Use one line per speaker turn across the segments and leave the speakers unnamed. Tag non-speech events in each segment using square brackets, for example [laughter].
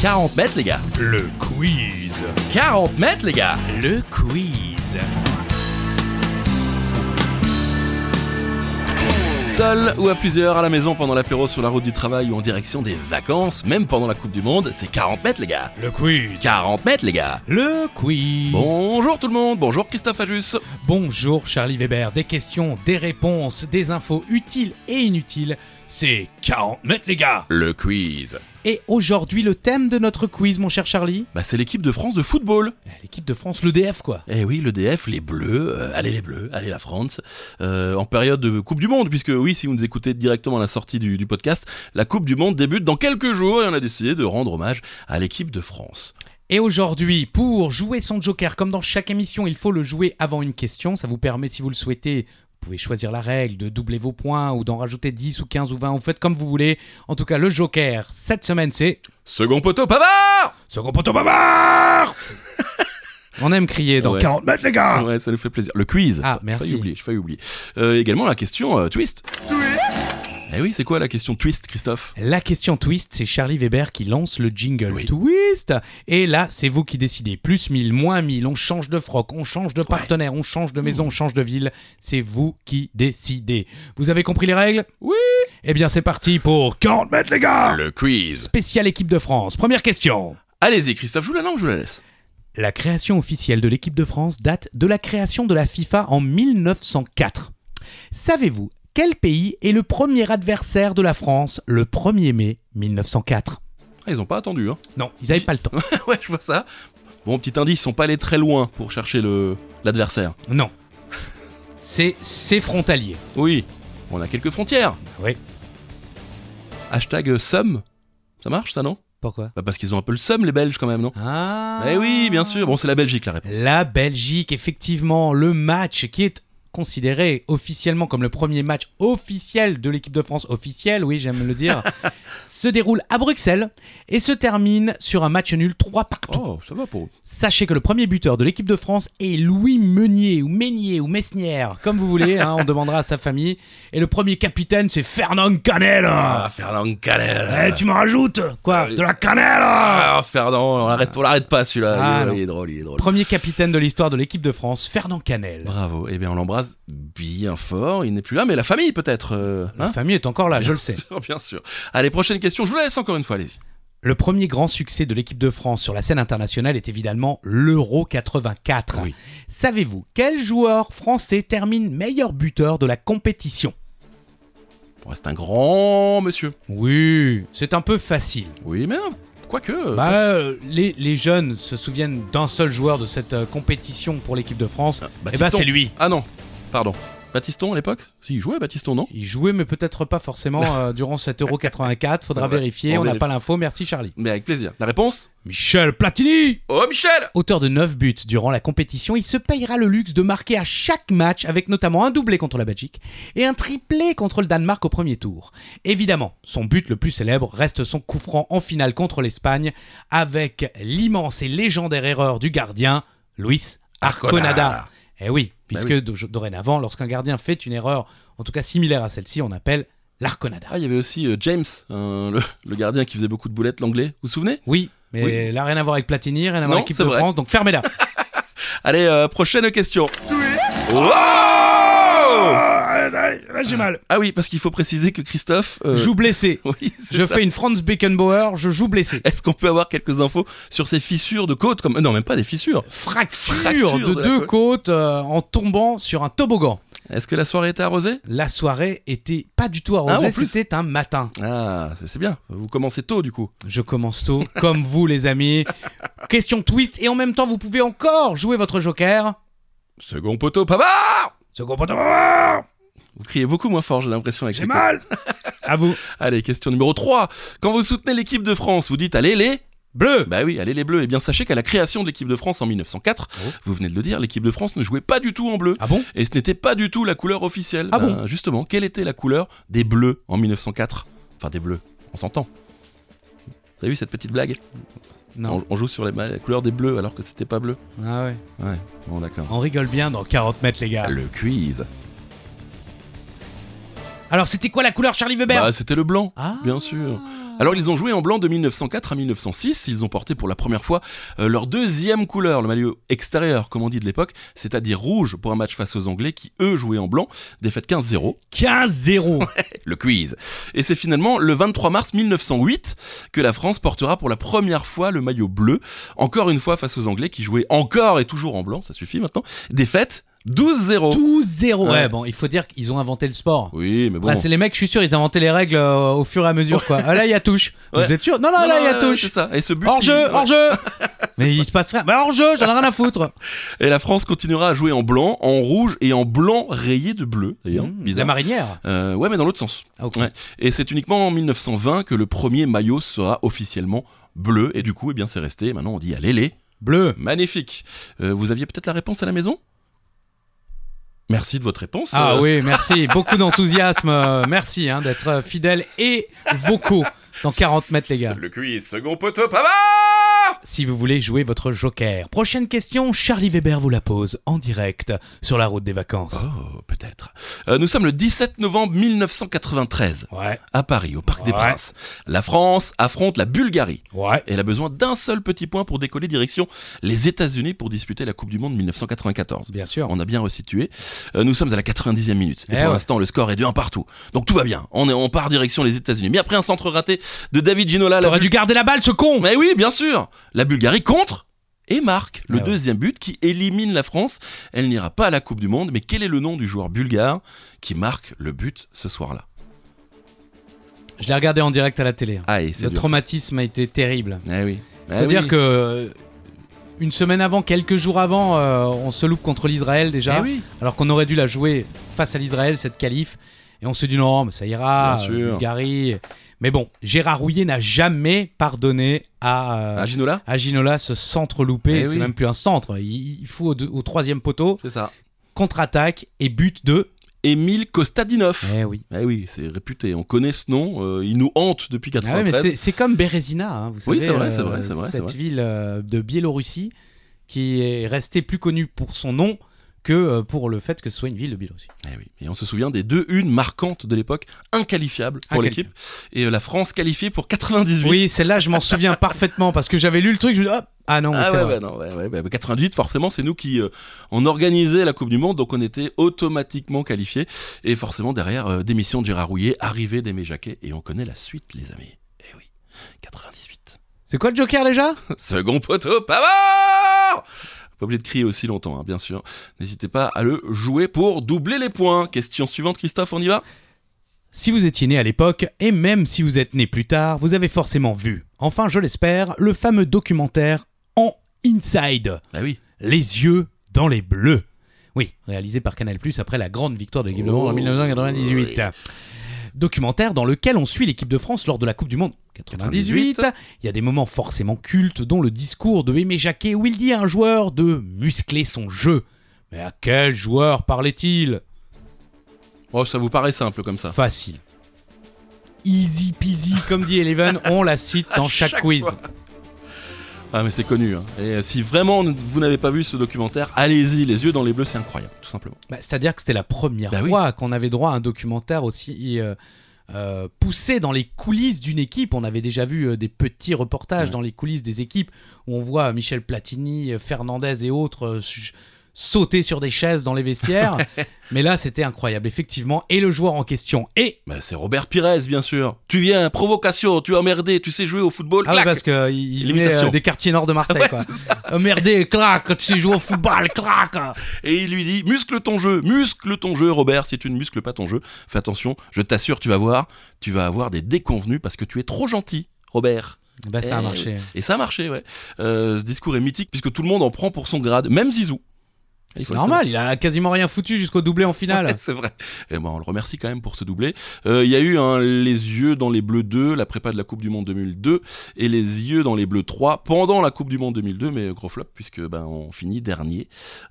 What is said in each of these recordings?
40 mètres, les gars.
Le quiz.
40 mètres, les gars.
Le quiz.
Seul ou à plusieurs à la maison pendant l'apéro sur la route du travail ou en direction des vacances, même pendant la Coupe du Monde, c'est 40 mètres, les gars.
Le quiz.
40 mètres, les gars.
Le quiz.
Bonjour tout le monde, bonjour Christophe Ajus.
Bonjour Charlie Weber. Des questions, des réponses, des infos utiles et inutiles. C'est 40 mètres les gars.
Le quiz.
Et aujourd'hui le thème de notre quiz mon cher Charlie. Eh,
Bah c'est l'équipe de France de football.
L'équipe de France, l'EDF quoi.
Eh oui, l'EDF, les Bleus, euh, allez les Bleus, allez la France, euh, en période de Coupe du Monde, puisque oui, si vous nous écoutez directement à la sortie du, du podcast, la Coupe du Monde débute dans quelques jours et on a décidé de rendre hommage à l'équipe de France.
Et aujourd'hui, pour jouer son joker, comme dans chaque émission, il faut le jouer avant une question. Ça vous permet, si vous le souhaitez, vous pouvez choisir la règle de doubler vos points ou d'en rajouter 10 ou 15 ou 20. Vous faites comme vous voulez. En tout cas, le joker, cette semaine, c'est
Second poteau, Pavard
Second
[laughs]
poteau bavard On aime crier dans
Ouais.
40 mètres, les gars
Ouais, ça nous fait plaisir. Le quiz.
Ah,
J'ai failli
merci.
oublier, j'ai failli oublier. Euh, également la question euh, twist. Eh oui, c'est quoi la question twist, Christophe
La question twist, c'est Charlie Weber qui lance le jingle
Oui.
twist. Et là, c'est vous qui décidez. Plus 1000, moins 1000, on change de froc, on change de partenaire, on change
Mmh.
de maison, on change de ville. C'est vous qui décidez. Vous avez compris les règles
Oui.
Eh bien, c'est parti pour 40 mètres, les gars
Le quiz.
Spécial équipe de France. Première question.
Allez-y, Christophe, je vous la lance ou je la laisse
La création officielle de l'équipe de France date de la création de la FIFA en 1904. Savez-vous quel pays est le premier adversaire de la France le 1er mai 1904
Ah, Ils ont pas attendu, hein.
Non, ils n'avaient pas le temps.
[laughs] ouais, je vois ça. Bon, petit indice, ils sont pas allés très loin pour chercher le l'adversaire.
Non. C'est c'est frontalier.
Oui, on a quelques frontières.
Oui.
Hashtag euh, somme. Ça marche, ça, non
Pourquoi
bah Parce qu'ils ont un peu le somme, les Belges, quand même, non
Ah
Eh oui, bien sûr. Bon, c'est la Belgique, la réponse.
La Belgique, effectivement, le match qui est considéré officiellement comme le premier match officiel de l'équipe de France officielle, oui j'aime le dire, se déroule à Bruxelles et se termine sur un match nul 3 partout.
Oh, ça va pour eux.
Sachez que le premier buteur de l'équipe de France est Louis Meunier ou Meunier ou Messnière, comme vous voulez, hein, on demandera à sa famille. Et le premier capitaine c'est Fernand Canel.
Ah, Fernand Canel
Eh, tu me rajoutes Quoi De la cannelle hein
Ah, Fernand, on l'arrête, on l'arrête pas, celui-là. il,
Ah,
est-
non.
il est drôle, il est drôle.
Premier capitaine de l'histoire de l'équipe de France, Fernand Canel.
Bravo. Eh bien, on l'embrasse bien fort. Il n'est plus là, mais la famille, peut-être. euh,
La
hein
famille est encore là, je le
[laughs]
sais.
Bien sûr, Bien sûr. Allez, prochaine question. Je vous la laisse encore une fois, allez-y.
[laughs] Le premier grand succès de l'équipe de France sur la scène internationale est évidemment l'Euro 84.
Oui.
Savez-vous quel joueur français termine meilleur buteur de la compétition
Bon, c'est un grand monsieur.
Oui, c'est un peu facile.
Oui, mais non, quoique. euh,
Bah, euh, les, les jeunes se souviennent d'un seul joueur de cette euh, compétition pour l'équipe de France. Et bah,
Baptiston.
c'est lui.
Ah non, pardon. Baptiston à l'époque Si, il jouait Baptiston, non
Il jouait, mais peut-être pas forcément euh, durant cet Euro 84. Faudra
C'est vrai.
vérifier.
On
On n'a
vérifie.
pas l'info. Merci, Charlie.
Mais avec plaisir. La réponse
Michel Platini
Oh, Michel
Auteur de 9 buts durant la compétition, il se payera le luxe de marquer à chaque match avec notamment un doublé contre la Belgique et un triplé contre le Danemark au premier tour. Évidemment, son but le plus célèbre reste son coup franc en finale contre l'Espagne avec l'immense et légendaire erreur du gardien Luis Arconada. Eh oui,
Bah
puisque do- dorénavant, lorsqu'un gardien fait une erreur, en tout cas similaire à celle-ci, on appelle l'Arconada.
Ah, il y avait aussi euh, James, euh, le, le gardien qui faisait beaucoup de boulettes, l'anglais. Vous vous souvenez
Oui, mais là rien à voir avec Platini, rien à voir
Non,
avec l'équipe
c'est
de
vrai.
France, donc fermez-la.
Allez, euh, prochaine question. Oh
Là [laughs] j'ai mal.
ah oui, parce qu'il faut préciser que Christophe. euh,
Joue blessé.
[laughs] Oui, c'est
Je
ça.
fais une Franz Beckenbauer, je joue blessé.
Est-ce qu'on peut avoir quelques infos sur ces fissures de côte comme... euh, Non, même pas des fissures.
Fracture,
[laughs] Fracture
de,
de la
deux
côte.
côtes euh, en tombant sur un toboggan.
Est-ce que la soirée était arrosée
La soirée était pas du tout
Ah,
arrosée,
en plus.
c'était un matin.
Ah, c'est c'est bien. Vous commencez tôt du coup.
Je commence tôt, [laughs] comme vous les amis. Question twist, et en même temps vous pouvez encore jouer votre joker.
Second poteau, Pavard
Second poteau, à
Vous criez beaucoup moins fort, j'ai l'impression. avec
J'ai
ces [laughs]
mal. vous.
coups. Allez, question numéro 3. Quand vous soutenez l'équipe de France, vous dites allez les...
Bleu.
Bah oui, allez les bleus. Eh bien, sachez qu'à la création de l'équipe de France en 1904,
Oh.
vous venez de le dire, l'équipe de France ne jouait pas du tout en bleu.
Ah bon
Et ce n'était pas du tout la couleur officielle.
Ah
Ben, Justement, quelle était la couleur des bleus en 1904 Enfin, des bleus, on s'entend. T'as vu cette petite blague
Non.
on, on joue sur les, la couleur des bleus alors que c'était pas bleu.
Ah ouais.
Ouais, bon Oh, d'accord.
On rigole bien dans 40 mètres les gars.
Le quiz.
Ah, Alors c'était quoi la couleur Charlie Weber
Bah, c'était le blanc,
ben, Ah.
bien sûr. Alors ils ont joué en blanc de 1904 à 1906, ils ont porté pour la première fois euh, leur deuxième couleur, le maillot extérieur comme on dit de l'époque, c'est-à-dire rouge pour un match face aux Anglais qui eux jouaient en blanc, défaite 15-0,
15-0.
le quiz. Et c'est finalement le 23 mars 1908 que la France portera pour la première fois le maillot bleu, encore une fois face aux Anglais qui jouaient encore et toujours en blanc, ça suffit maintenant, défaite 12-0.
12-0. Ouais.
Oh. Ouais.
bon, il faut dire qu'ils ont inventé le sport.
Oui, mais bon.
Bah, c'est les mecs, je suis sûr, ils inventaient les règles euh, au fur et à mesure, quoi. Ah, là, il y a touche.
Ouais.
Vous êtes sûr Non, non,
Non,
Ah, là,
non,
il y a
euh,
touche.
C'est ça. Et ce but.
Hors jeu,
il- [laughs]
hors jeu. Mais il se passe rien. Bah, hors jeu, j'en ai rien à foutre.
Et la France continuera à jouer en blanc, en rouge et en blanc rayé de bleu. D'ailleurs,
Mmh, la
bizarre.
marinière.
Euh, ouais, mais dans l'autre sens.
Ah, ok.
Ouais. Et c'est uniquement en 1920 que le premier maillot sera officiellement bleu. Et du coup, eh bien, c'est resté. Maintenant, on dit allez les.
Bleu.
Magnifique. Euh, vous aviez peut-être la réponse à la maison. Merci de votre réponse.
Ah
Euh,
oui,
[laughs]
merci. Beaucoup d'enthousiasme. euh, Merci hein, d'être euh, fidèles et vocaux dans 40 mètres, les gars.
Le quiz, second poteau, Pavard
Si vous voulez jouer votre joker. Prochaine question, Charlie Weber vous la pose en direct sur la route des vacances.
Oh, peut-être. Euh, nous sommes le 17 novembre 1993,
Ouais,
à Paris, au Parc des
Ouais.
Princes. La France affronte la Bulgarie.
ouais.
Elle a besoin d'un seul petit point pour décoller direction les États-Unis pour disputer la Coupe du Monde 1994.
Bien sûr.
On a bien resitué. Euh, nous sommes à la 90e minute. Et
Eh
pour
ouais.
l'instant, le score est de 1 partout. Donc tout va bien. On, est, on part direction les États-Unis. Mais après un centre raté de David Ginola, la
T'aurais dû garder la balle, ce con
mais oui, bien sûr. La Bulgarie contre et marque le
Ah ouais.
deuxième but qui élimine la France. Elle n'ira pas à la Coupe du Monde, mais quel est le nom du joueur bulgare qui marque le but ce soir-là
Je l'ai regardé en direct à la télé. hein.
Ah, et c'est
Le
dur,
traumatisme a été terrible.
ça. Eh oui. Eh
C'est-à-dire
oui.
que euh, une semaine avant, quelques jours avant, euh, on se loupe contre l'Israël déjà,
Eh oui.
alors qu'on aurait dû la jouer face à l'Israël cette qualif. Et on se dit non, mais ça ira,
Bien
euh,
sûr.
Bulgarie. Mais bon, Gérard Rouillet n'a jamais pardonné à, euh,
Ah, Ginola
à Ginola ce centre loupé.
Eh
c'est
oui.
même plus un centre. Il, il faut au, deux- au troisième poteau,
C'est ça.
contre-attaque et but de.
Émile Kostadinov.
Eh oui.
Eh oui, c'est réputé. On connaît ce nom. euh, il nous hante depuis
Ah ouais, mais
93.
c'est- c'est comme Berezina, hein, vous savez.
Oui, c'est vrai,
euh,
c'est vrai, c'est vrai, c'est
Cette
vrai.
ville euh, de Biélorussie qui est restée plus connue pour son nom que euh, pour le fait que ce soit une ville de Biélorussie.
Eh oui. Et on se souvient des deux unes marquantes de l'époque, inqualifiables pour l'équipe.
Inqualifiable.
Et euh, la France qualifiée pour 98.
Oui, celle-là, je m'en
[laughs]
souviens parfaitement parce que j'avais lu le truc, je me dis, hop, ah non,
Ah
c'est
ouais,
vrai.
bah non, ouais, ouais, bah 98, forcément, c'est nous qui euh, on organisait la Coupe du Monde, donc on était automatiquement qualifiés. Et forcément, derrière, euh, démission de Gérard Rouillet, arrivée d'Aimé Jacquet, et on connaît la suite, les amis. Eh oui, 98.
C'est quoi le Joker déjà
Second poteau, Pavard Pas oublier de crier aussi longtemps, hein, bien sûr. N'hésitez pas à le jouer pour doubler les points. Question suivante, Christophe, on y va
Si vous étiez né à l'époque, et même si vous êtes né plus tard, vous avez forcément vu, enfin je l'espère, le fameux documentaire En Inside,
Bah oui.
Les yeux dans les bleus. Oui, réalisé par Canal après la grande victoire de l'équipe de France en
Oh,
1998.
oui.
Documentaire dans lequel on suit l'équipe de France lors de la Coupe du Monde 98.
98.
Il y a des moments forcément cultes, dont le discours de Aimé Jacquet où il dit à un joueur de muscler son jeu. Mais à quel joueur parlait-il
Oh, ça vous paraît simple comme ça
Facile. Easy peasy, comme dit Eleven, on la cite dans
À
chaque,
chaque
quiz.
fois. Ah mais c'est connu. hein. Et euh, si vraiment vous n'avez pas vu ce documentaire, allez-y, les yeux dans les bleus, c'est incroyable, tout simplement.
Bah, C'est-à-dire que c'était la première
Bah oui.
fois qu'on avait droit à un documentaire aussi euh, euh, poussé dans les coulisses d'une équipe. On avait déjà vu euh, des petits reportages
Ouais.
dans les coulisses des équipes où on voit Michel Platini, euh, Fernandez et autres euh, ch- sauter sur des chaises dans
[laughs]
les vestiaires. Mais là, c'était incroyable, effectivement. Et le joueur en question est...
Bah, c'est Robert Pires, bien sûr. Tu viens, provocation, tu es emmerdé, tu sais jouer au football,
Ah oui,
clac.
parce qu'il est
L'imitation.
euh,
Ah
des quartiers nord de Marseille. quoi. Oh, merdé, clac, tu sais jouer au football, clac.
Et il lui dit, muscle ton jeu, muscle ton jeu, Robert, si tu ne muscles pas ton jeu, fais attention, je t'assure, tu vas voir, tu vas avoir des déconvenus parce que tu es trop gentil, Robert.
Bah, ça a
Eh
marché.
Et ça a marché, ouais. Euh, ce discours est mythique puisque tout le monde en prend pour son grade, même Zizou. Il faut
C'est
le
normal, il a quasiment rien foutu jusqu'au doublé en finale.
Ouais, c'est vrai. Et ben, on le remercie quand même pour ce doublé. Euh, Il y a eu hein, les yeux dans les bleus 2, la prépa de la Coupe du Monde 2002, et les yeux dans les bleus 3 pendant la Coupe du Monde 2002, mais gros flop puisque ben on finit dernier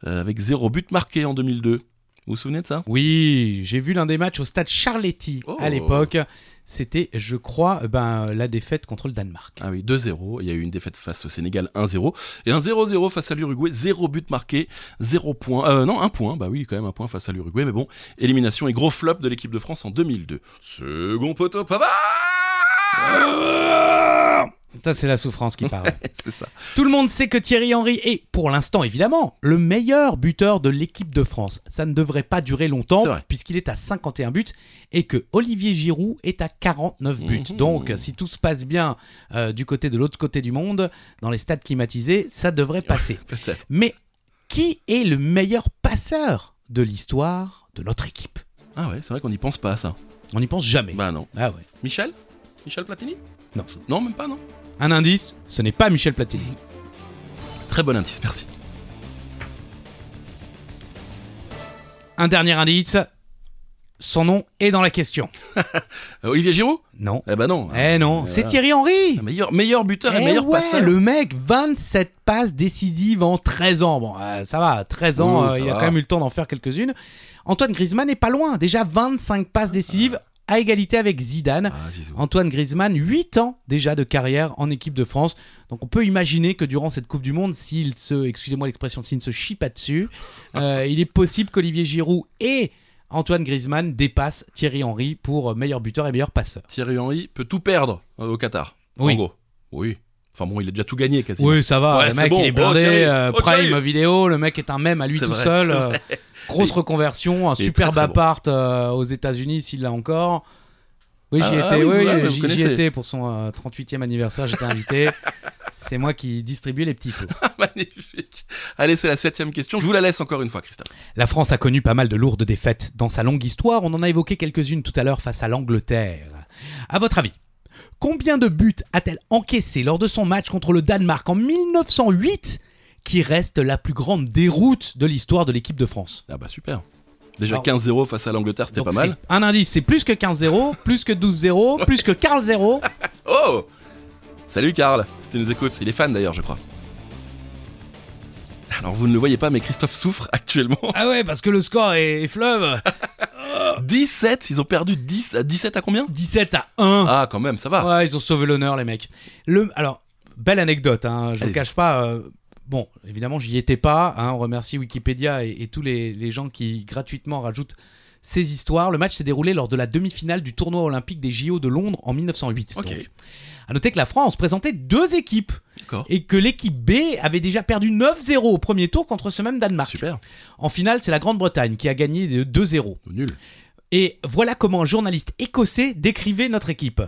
euh, avec zéro but marqué en 2002. Vous vous souvenez de ça
Oui, j'ai vu l'un des matchs au stade Charletti
Oh.
à l'époque. C'était, je crois, ben, la défaite contre le Danemark.
ah oui, 2-0, il y a eu une défaite face au Sénégal 1-0 et un 0-0 face à l'Uruguay, 0 but marqué, 0 point. Euh, non, un point, bah oui, quand même un point face à l'Uruguay, mais
[laughs]
bon, élimination et gros flop de l'équipe de France en 2002. Second poteau, pas
Ça, c'est la souffrance
[laughs]
qui parle.
c'est ça.
Tout le monde sait que Thierry Henry est, pour l'instant évidemment, le meilleur buteur de l'équipe de France. Ça ne devrait pas durer longtemps,
C'est vrai.
puisqu'il est à 51 buts et que Olivier Giroud est à 49 buts.
Mhm.
Donc, si tout se passe bien euh, du côté de l'autre côté du monde, dans les stades climatisés, ça devrait passer.
[laughs] Peut-être.
Mais qui est le meilleur passeur de l'histoire de notre équipe
Ah ouais, c'est vrai qu'on n'y pense pas à ça.
On n'y pense jamais.
Bah non.
Ah ouais.
Michel Michel Platini
Non.
Non, même pas, non
Un indice, ce n'est pas Michel Platini.
Très bon indice, merci.
Un dernier indice, son nom est dans la question.
Euh, Olivier Giroud
Non.
Eh ben non.
Eh non,
Euh,
c'est
voilà.
Thierry Henry
Le Meilleur, meilleur buteur et,
Eh
meilleur
ouais,
passeur.
le mec, 27 passes décisives en 13 ans. Bon, euh, ça va, 13 ans,
Oui,
euh,
ça
il a
va.
quand même eu le temps d'en faire quelques-unes. Antoine Griezmann n'est pas loin, déjà 25 passes décisives à égalité avec Zidane.
Ah, Zizou.
Antoine Griezmann, 8 ans déjà de carrière en équipe de France. Donc on peut imaginer que durant cette Coupe du Monde, s'il se, excusez-moi l'expression, s'il ne se chie pas dessus, euh, il est possible qu'Olivier Giroud et Antoine Griezmann dépassent Thierry Henry pour euh, meilleur buteur et meilleur passeur.
Thierry Henry peut tout perdre euh, au Qatar.
Oui.
En gros. Oui. Enfin bon, il a déjà tout gagné quasiment.
Oui, ça va.
Ouais,
le
c'est
mec,
bon.
il est
Oh,
blindé.
Thierry.
euh,
Oh, Thierry.
Prime vidéo, le mec est un même à lui
C'est
tout
vrai,
seul.
c'est
euh,
[laughs]
grosse reconversion, un
Il est
superbe
très, très bon.
appart euh, aux États-Unis s'il l'a encore. Oui, j'y
Ah,
étais,
oui,
oui,
voilà, vous
j'y- j'y
connaissez.
étais pour son euh, 38e anniversaire,
[laughs]
j'étais invité. C'est moi qui distribuais les petits feux.
[laughs] Magnifique. Allez, c'est la septième question. Je vous la laisse encore une fois, Christophe.
La France a connu pas mal de lourdes défaites dans sa longue histoire, on en a évoqué quelques-unes tout à l'heure face à l'Angleterre. À votre avis, combien de buts a-t-elle encaissé lors de son match contre le Danemark en 1908 qui reste la plus grande déroute de l'histoire de l'équipe de France
Ah bah super. Déjà
Alors-
15-0 face à l'Angleterre, c'était
Donc
pas mal.
c'est Un indice, c'est plus que 15-0, plus que 12-0, plus que Carl 0.
Oh Salut Karl, si tu nous écoutes. Il est fan d'ailleurs, je crois. Alors vous ne le voyez pas, mais Christophe souffre actuellement.
Ah ouais, parce que le score est est [laughs] fleuve. Ah.
17, ils ont perdu 10, 17 à combien
17 à 1.
Ah quand même, ça va.
Oh. [laughs] Ouais, ils ont sauvé l'honneur, les mecs. Le, alors, belle anecdote, hein, je ne
Allez-y.
cache pas. euh, bon, évidemment, j'y étais pas. hein, on remercie Wikipédia et, et tous les, les gens qui gratuitement rajoutent ces histoires. Le match s'est déroulé lors de la demi-finale du tournoi olympique des JO de Londres en 1908.
Ok.
donc. À noter que la France présentait deux équipes
D'accord.
et que l'équipe B avait déjà perdu 9-0 au premier tour contre ce même Danemark.
Super.
En finale, c'est la Grande-Bretagne qui a gagné de 2-0.
Nul.
Et voilà comment un journaliste écossais décrivait notre équipe.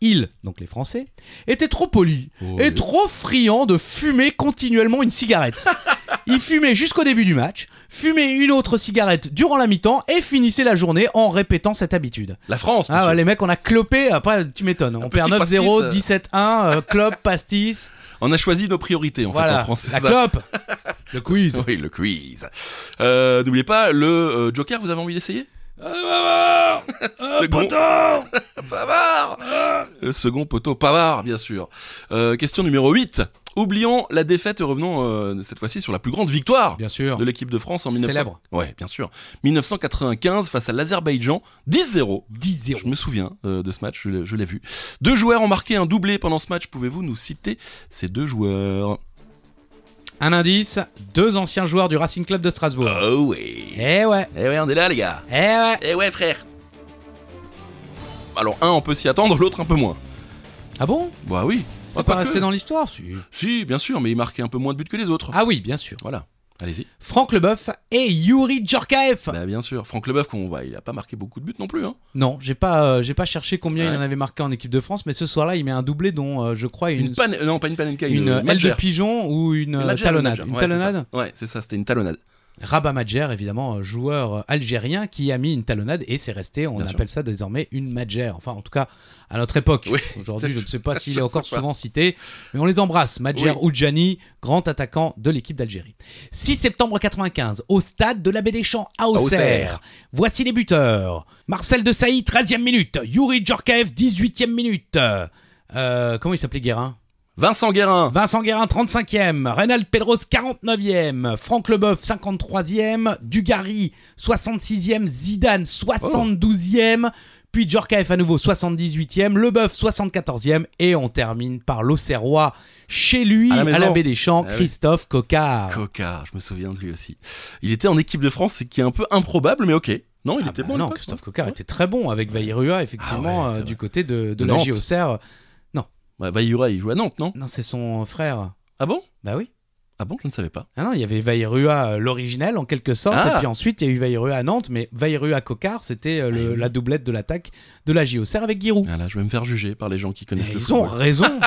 Ils, donc les Français, étaient trop polis
Oh,
et
mais-
trop friands de fumer continuellement
[laughs]
une cigarette. Ils fumaient jusqu'au début du match, fumaient une autre cigarette durant la mi-temps et finissaient la journée en répétant cette habitude.
La France.
Ah ouais,
monsieur.
les mecs, on a clopé, après tu m'étonnes, on
petit
perd 9-0,
pastis,
17-1, euh, clope, pastis,
On a choisi nos priorités en fait
voilà,
en France. c'est
la
ça.
clope, le quiz.
[laughs] Oui, le quiz. Euh, N'oubliez pas, le euh, Joker, vous avez envie d'essayer Ah, Second Pavard Le second poteau Pavard, bien sûr. Euh, question numéro 8. Oublions la défaite et revenons euh, cette fois-ci sur la plus grande victoire
Bien sûr,
de l'équipe de France en 1900...
Célèbre.
Ouais, bien sûr. 1995 face à l'Azerbaïdjan, 10-0.
10-0.
Je me souviens euh, de ce match, je l'ai- je l'ai vu. Deux joueurs ont marqué un doublé pendant ce match. Pouvez-vous nous citer ces deux joueurs
Un indice, deux anciens joueurs du Racing Club de Strasbourg.
Oh oui
Eh ouais,
Eh ouais, on est là, les gars
eh ouais.
Eh ouais, frère Alors, un, on peut s'y attendre, l'autre un peu moins.
Ah bon
Bah oui.
C'est
Bah,
pas
pas que.
resté dans l'histoire si.
Si, bien sûr, mais il marquait un peu moins de buts que les autres.
Ah oui, bien sûr.
Voilà. Allez-y.
Franck Leboeuf et Yuri Djorkaeff.
Bah, bien sûr. Franck Leboeuf, qu'on- bah, il a pas marqué beaucoup de buts non plus. Hein.
Non, j'ai pas, euh, j'ai pas cherché combien il
Ouais.
en avait marqué en équipe de France, mais ce soir-là, il met un doublé dont euh, je crois
Une,
une,
panne, euh, non, pas une panenka,
une,
une,
aile de
Madjer.
pigeon ou une,
Une
euh,
Madjer, Madjer.
talonnade. Une
Ouais, c'est ça.
talonnade
Ouais, c'est ça, c'était une talonnade.
Rabat Madjer, évidemment, euh, joueur euh, algérien qui a mis une talonnade et c'est resté, on
Bien sûr.
appelle ça désormais une Madjer. Enfin, en tout cas, à notre époque.
Oui.
Aujourd'hui, je ne sais
[laughs]
pas s'il est
Je
encore
sais pas.
souvent cité, mais on les embrasse. Madjer Oudjani, grand attaquant de l'équipe d'Algérie. 6 septembre 95, au stade de l'Abbé des Champs à Auxerre.
Auxerre.
Voici les buteurs. Marcel de Sailly, 13e minute. Yuri Djorkaev, 18e minute. Euh, comment il s'appelait Guérin
Vincent Guérin.
Vincent Guérin, 35e. Reynald Pedros, 49e. Franck Leboeuf,
Oh.
53e. Dugarry, 66e. Zidane, 72e. Puis Djorkaeff à nouveau 78e, Leboeuf 74e et on termine par l'Auxerrois chez lui
À la
à la,
maison.
Baie des Champs,
Ah oui.
Christophe Cocard.
Cocard, je me souviens de lui aussi. Il était en équipe de France, ce qui est un peu improbable, mais ok. Non, il
Ah
était
bah
bon. à
non,
l'époque,
Christophe
ouais.
Cocard
Oh. Ouais.
était très bon avec Vairua
Ah
effectivement
ouais, c'est
euh,
vrai.
du côté de, de
De
la
Nantes.
JOCR.
Ouais, Bayura, Bah, il joue à Nantes, non
Non, c'est son frère.
Ah bon
Bah oui.
Ah bon, je ne savais pas.
Ah non, il y avait Vairua l'originel en quelque sorte,
Ah.
et puis ensuite il y a eu Vairua à Nantes, mais Vairua Cocard, c'était euh, le-
Ah oui.
la doublette de l'attaque de la JOCR avec Giroud.
Ah là, je vais me faire juger par les gens qui
Et
connaissent le
ils ont euh,
football. [laughs]
raison,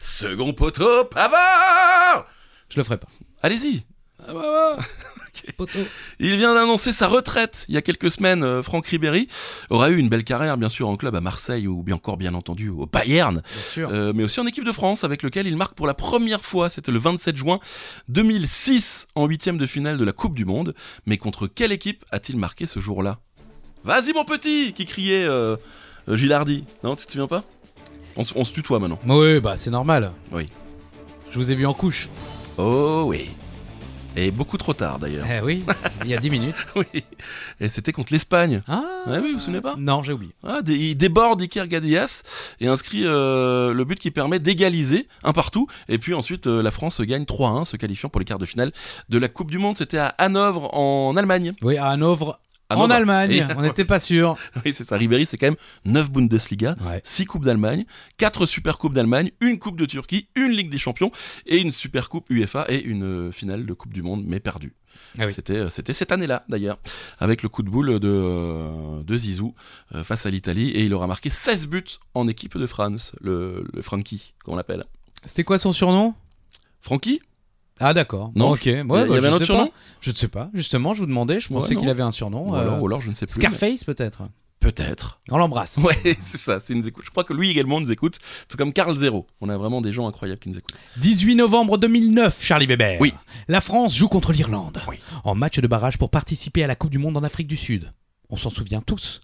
Second poteau, Pavard
je le ferai pas.
Allez-y Ah bah,
[laughs]
bah. [laughs] Il vient d'annoncer sa retraite il y a quelques semaines. euh, Franck Ribéry aura eu une belle carrière, bien sûr, en club à Marseille ou bien encore, bien entendu, au Bayern,
Bien sûr.
euh, mais aussi en équipe de France, avec lequel il marque pour la première fois, c'était le 27 juin 2006, en huitième de finale de la Coupe du Monde. Mais contre quelle équipe a-t-il marqué ce jour-là Vas-y, mon petit qui criait euh, euh, Gilardi. Non, tu te souviens pas on, se- on se tutoie maintenant.
Oui, bah c'est normal.
Oui.
Je vous ai vu en couche.
Oh oui. Et beaucoup trop tard d'ailleurs.
[laughs] Eh
[laughs]
oui, il y a 10 minutes.
oui. Et c'était contre l'Espagne.
Ah
Ouais, oui, vous vous souvenez pas
Non, j'ai oublié.
Ah, dé- il déborde Iker Gadias et inscrit euh, le but qui permet d'égaliser un partout. Et puis ensuite, euh, la France gagne 3-1, se qualifiant pour les quarts de finale de la Coupe du Monde. C'était à Hanovre, en Allemagne.
Oui, à Hanovre, en
Hanovre.
Allemagne.
Et-
On n'était
[laughs]
pas sûr.
oui, c'est ça. Ribéry, c'est quand même 9 Bundesliga.
Ouais.
6 Coupes d'Allemagne, 4 Super Coupes d'Allemagne, une Coupe de Turquie, une Ligue des Champions et une Super Coupe UEFA et une euh, finale de Coupe du Monde, mais perdue.
Ah oui.
C'était euh, c'était cette année-là, d'ailleurs, avec le coup de boule de, euh, de Zizou euh, face à l'Italie. Et il aura marqué 16 buts en équipe de France, le, le Frankie, qu'on l'appelle.
C'était quoi son surnom
Frankie
Ah d'accord.
Non,
Bon, ok. Ouais, bah,
Il y avait
je
un
sais
autre surnom
pas. Je ne sais pas. Justement, je vous demandais. Je
Ouais,
pensais
non.
qu'il avait un surnom.
ou,
euh,
alors, ou alors, je ne sais plus.
Scarface peut-être.
mais Peut-être. [laughs]
On l'embrasse.
Ouais, c'est ça. c'est une écoute. Je crois que lui également nous écoute, tout comme Carl Zero. On a vraiment des gens incroyables qui nous écoutent.
18 novembre 2009, Charlie Weber.
Oui.
La France joue contre l'Irlande.
Oui.
En match de barrage pour participer à la Coupe du Monde en Afrique du Sud. On s'en souvient tous.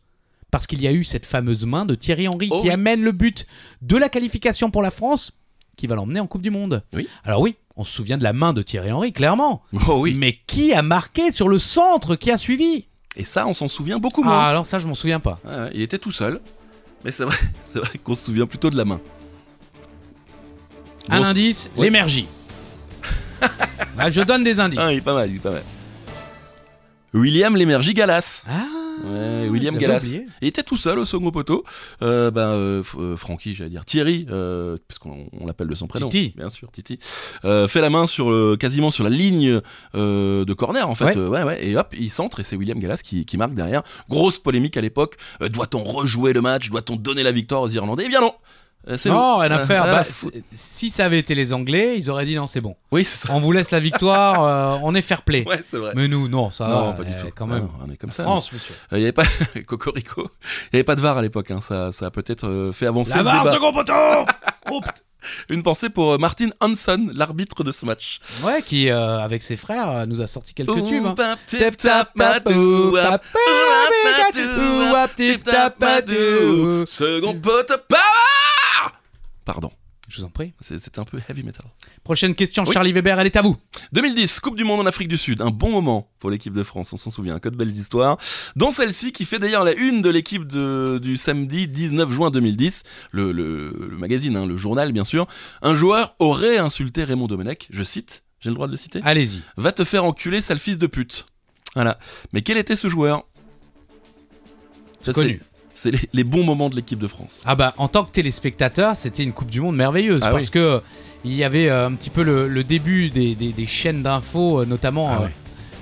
Parce qu'il y a eu cette fameuse main de Thierry Henry
Oh
qui
oui.
amène le but de la qualification pour la France qui va l'emmener en Coupe du Monde.
Oui.
Alors oui, on se souvient de la main de Thierry Henry, clairement.
Oh oui.
Mais qui a marqué sur le centre qui a suivi
Et ça, on s'en souvient beaucoup moins.
Ah alors ça je m'en souviens pas.
Ouais, ouais, il était tout seul. Mais c'est vrai, [laughs] c'est vrai qu'on se souvient plutôt de la main.
Un
Grosse-
indice,
Ouais.
[laughs] l'émergie. Ah, je donne des indices.
Ah, il est pas mal, il est pas mal. William l'émergie Galas.
Ah,
Ouais, William
j'avais
Galas.
oublié.
Il était tout seul au second poteau. Euh, ben, euh, F- euh, Francky, j'allais dire Thierry, euh, puisqu'on on l'appelle de son prénom.
Titi.
Bien sûr, Titi. Euh, fait la main sur le- quasiment sur la ligne euh, de corner, en fait.
Ouais.
Euh, ouais, ouais. Et hop, il centre et c'est William Gallas qui, qui marque derrière. Grosse polémique à l'époque. Euh, Doit-on rejouer le match Doit-on donner la victoire aux Irlandais Eh bien non Euh, C'est nous.
Non, rien à
Euh,
faire.
rien à
Bah,
foutre.
si- si ça avait été les Anglais, ils auraient dit non, c'est bon.
Oui, c'est ça.
On vous laisse la victoire, euh, on est fair play.
[laughs] Ouais, c'est vrai.
Mais nous, non, ça
non,
va,
pas du
euh,
tout. Ah
Quand même.
Non, on est comme
La
ça.
France, monsieur.
Euh, Il n'y avait pas [laughs] Cocorico. Il n'y avait pas de VAR à l'époque. hein. Ça, ça a peut-être euh, fait avancer
La
le
barre,
débat. [laughs]
second poteau Oh, putain.
Une pensée pour euh, Martin Hanson, l'arbitre de ce match.
Ouais, qui, euh, avec ses frères, euh, nous a sorti quelques tubes. hein.
Oupa, ptip,
Tip
tap,
tap
matou,
matou,
ouap,
tap
ouap,
matou,
ouap,
ouap, tip
tip, tap,
tap matou.
matou. Second pote power Pardon,
Je vous en prie.
c'est- c'était un peu heavy metal.
Prochaine question,
Oui.
Charlie Weber, elle est à vous.
2010, Coupe du Monde en Afrique du Sud, un bon moment pour l'équipe de France, on s'en souvient, que de belles histoires. Dans celle-ci, qui fait d'ailleurs la une de l'équipe de- du samedi 19 juin 2010, le, le- le magazine, hein, le journal bien sûr, un joueur aurait insulté Raymond Domenech, je cite, j'ai le droit de le citer
Allez-y.
Va te faire enculer, sale fils de pute. Voilà. Mais quel était ce joueur Ça, C'est
Connu.
C'est les, les bons moments de l'équipe de France.
Ah bah, en tant que téléspectateur, c'était une Coupe du Monde merveilleuse
Ah
parce
oui.
que euh, il y avait euh, un petit peu le, le début des, des- des chaînes d'infos, euh, notamment
Ah
euh,
ouais.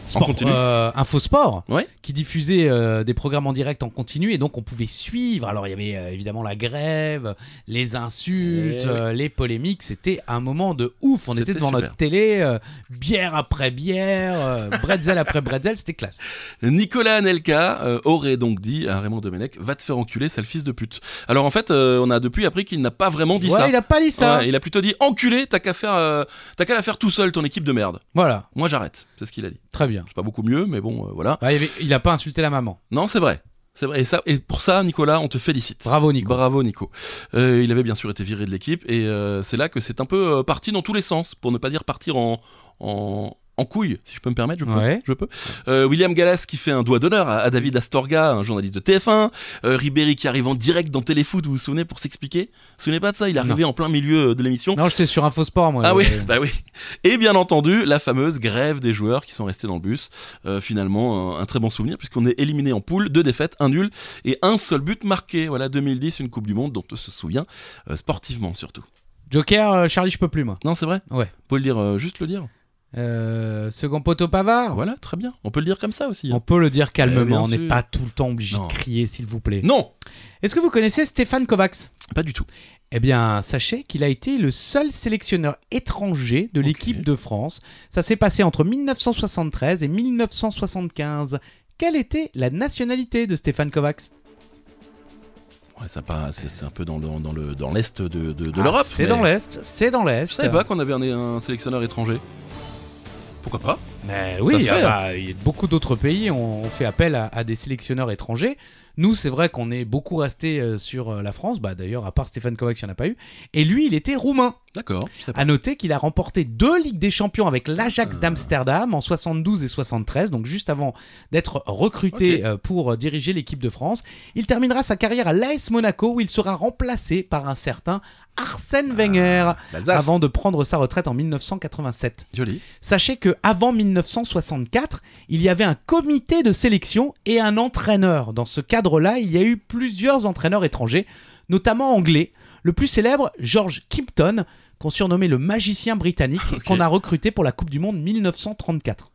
sport,
En continu.
euh, Info Sport,
Ouais.
qui diffusait euh, des programmes en direct en continu et donc on pouvait suivre. Alors il y avait euh, évidemment la grève, les insultes,
Eh oui.
euh, les polémiques. C'était un moment de ouf. On était
C'était
devant notre
super.
télé, euh, bière après bière, euh, bretzel après bretzel. C'était classe.
Nicolas Anelka euh, aurait donc dit à Raymond Domenech Va te faire enculer, sale fils de pute. Alors en fait, euh, on a depuis appris qu'il n'a pas vraiment dit
ouais,
ça.
il a pas dit ça.
Ouais, il a plutôt dit Enculé, t'as qu'à faire, euh, t'as qu'à la faire tout seul, ton équipe de merde.
Voilà,
Moi j'arrête. C'est ce qu'il a dit.
très bien.
C'est pas beaucoup mieux, mais bon, euh, voilà.
Bah, il, y avait- il a pas insulté la maman.
Non, c'est vrai. C'est vrai. Et, ça, et pour ça, Nicolas, on te félicite.
Bravo Nico.
Bravo Nico. Euh, il avait bien sûr été viré de l'équipe et euh, c'est là que c'est un peu euh, parti dans tous les sens, pour ne pas dire partir en, en, en en couille, si je peux me permettre, je peux.
Ouais.
Je peux. Euh, William Gallas qui fait un doigt d'honneur à, à David Astorga, un journaliste de TF1. Euh, Ribéry qui arrive en direct dans Téléfoot, vous vous souvenez, pour s'expliquer. Vous vous souvenez pas de ça Il est arrivé en plein milieu de [laughs] l'émission.
Non, j'étais sur Infosport, moi.
Ah oui,
Euh,
bah oui. Et bien entendu, la fameuse grève des joueurs qui sont restés dans le bus. Euh, finalement, un, un très bon souvenir puisqu'on est éliminé en poule, deux défaites, un nul et un seul but marqué. Voilà, 2010, une Coupe du Monde dont on se souvient euh, sportivement surtout.
Joker, euh, Charlie, je peux plus, moi.
Non, c'est vrai
Ouais.
On peut le dire, euh, juste le dire.
Euh, second poteau Pavard.
Voilà, très bien. On peut le dire comme ça aussi. hein.
On peut le dire
Eh bien
calmement, on
sûr.
n'est pas tout le temps obligé
Non.
de crier, s'il vous plaît.
Non,
Est-ce que vous connaissez Stéphane Kovacs
pas du tout.
Eh bien, sachez qu'il a été le seul sélectionneur étranger de
Ok.
l'équipe de France. Ça s'est passé entre 1973 et 1975. Quelle était la nationalité de Stéphane Kovacs
Ouais, ça part- c'est c'est un peu dans le dans le dans l'est de, de, de
Ah,
l'Europe.
C'est
mais
dans l'Est, c'est dans l'Est.
Je savais pas qu'on avait un, un sélectionneur étranger. Pourquoi pas
Mais oui,
se fait, hein.
ah bah, il y a beaucoup d'autres pays ont ont fait appel à, à des sélectionneurs étrangers. Nous, c'est vrai qu'on est beaucoup resté euh, sur euh, la France. Bah, D'ailleurs, à part Stéphane Kovacs, il n'y en a pas eu. Et lui, il était roumain.
D'accord. je savais pas.
À noter qu'il a remporté deux Ligues des Champions avec
Ah.
l'Ajax d'Amsterdam en 72 et 73, donc juste avant d'être recruté
Ok.
euh, pour euh, diriger l'équipe de France. Il terminera sa carrière à l'AS Monaco où il sera remplacé par un certain Arsène
Ah.
Wenger
L'Alsace.
avant de prendre sa retraite en 1987.
Joli.
Sachez que avant 1964, il y avait un comité de sélection et un entraîneur. Dans ce cadre-là, il y a eu plusieurs entraîneurs étrangers, notamment anglais. Le plus célèbre, George Kimpton, qu'on surnommait le magicien britannique,
[laughs] Ok.
qu'on a recruté pour la Coupe du Monde 1934.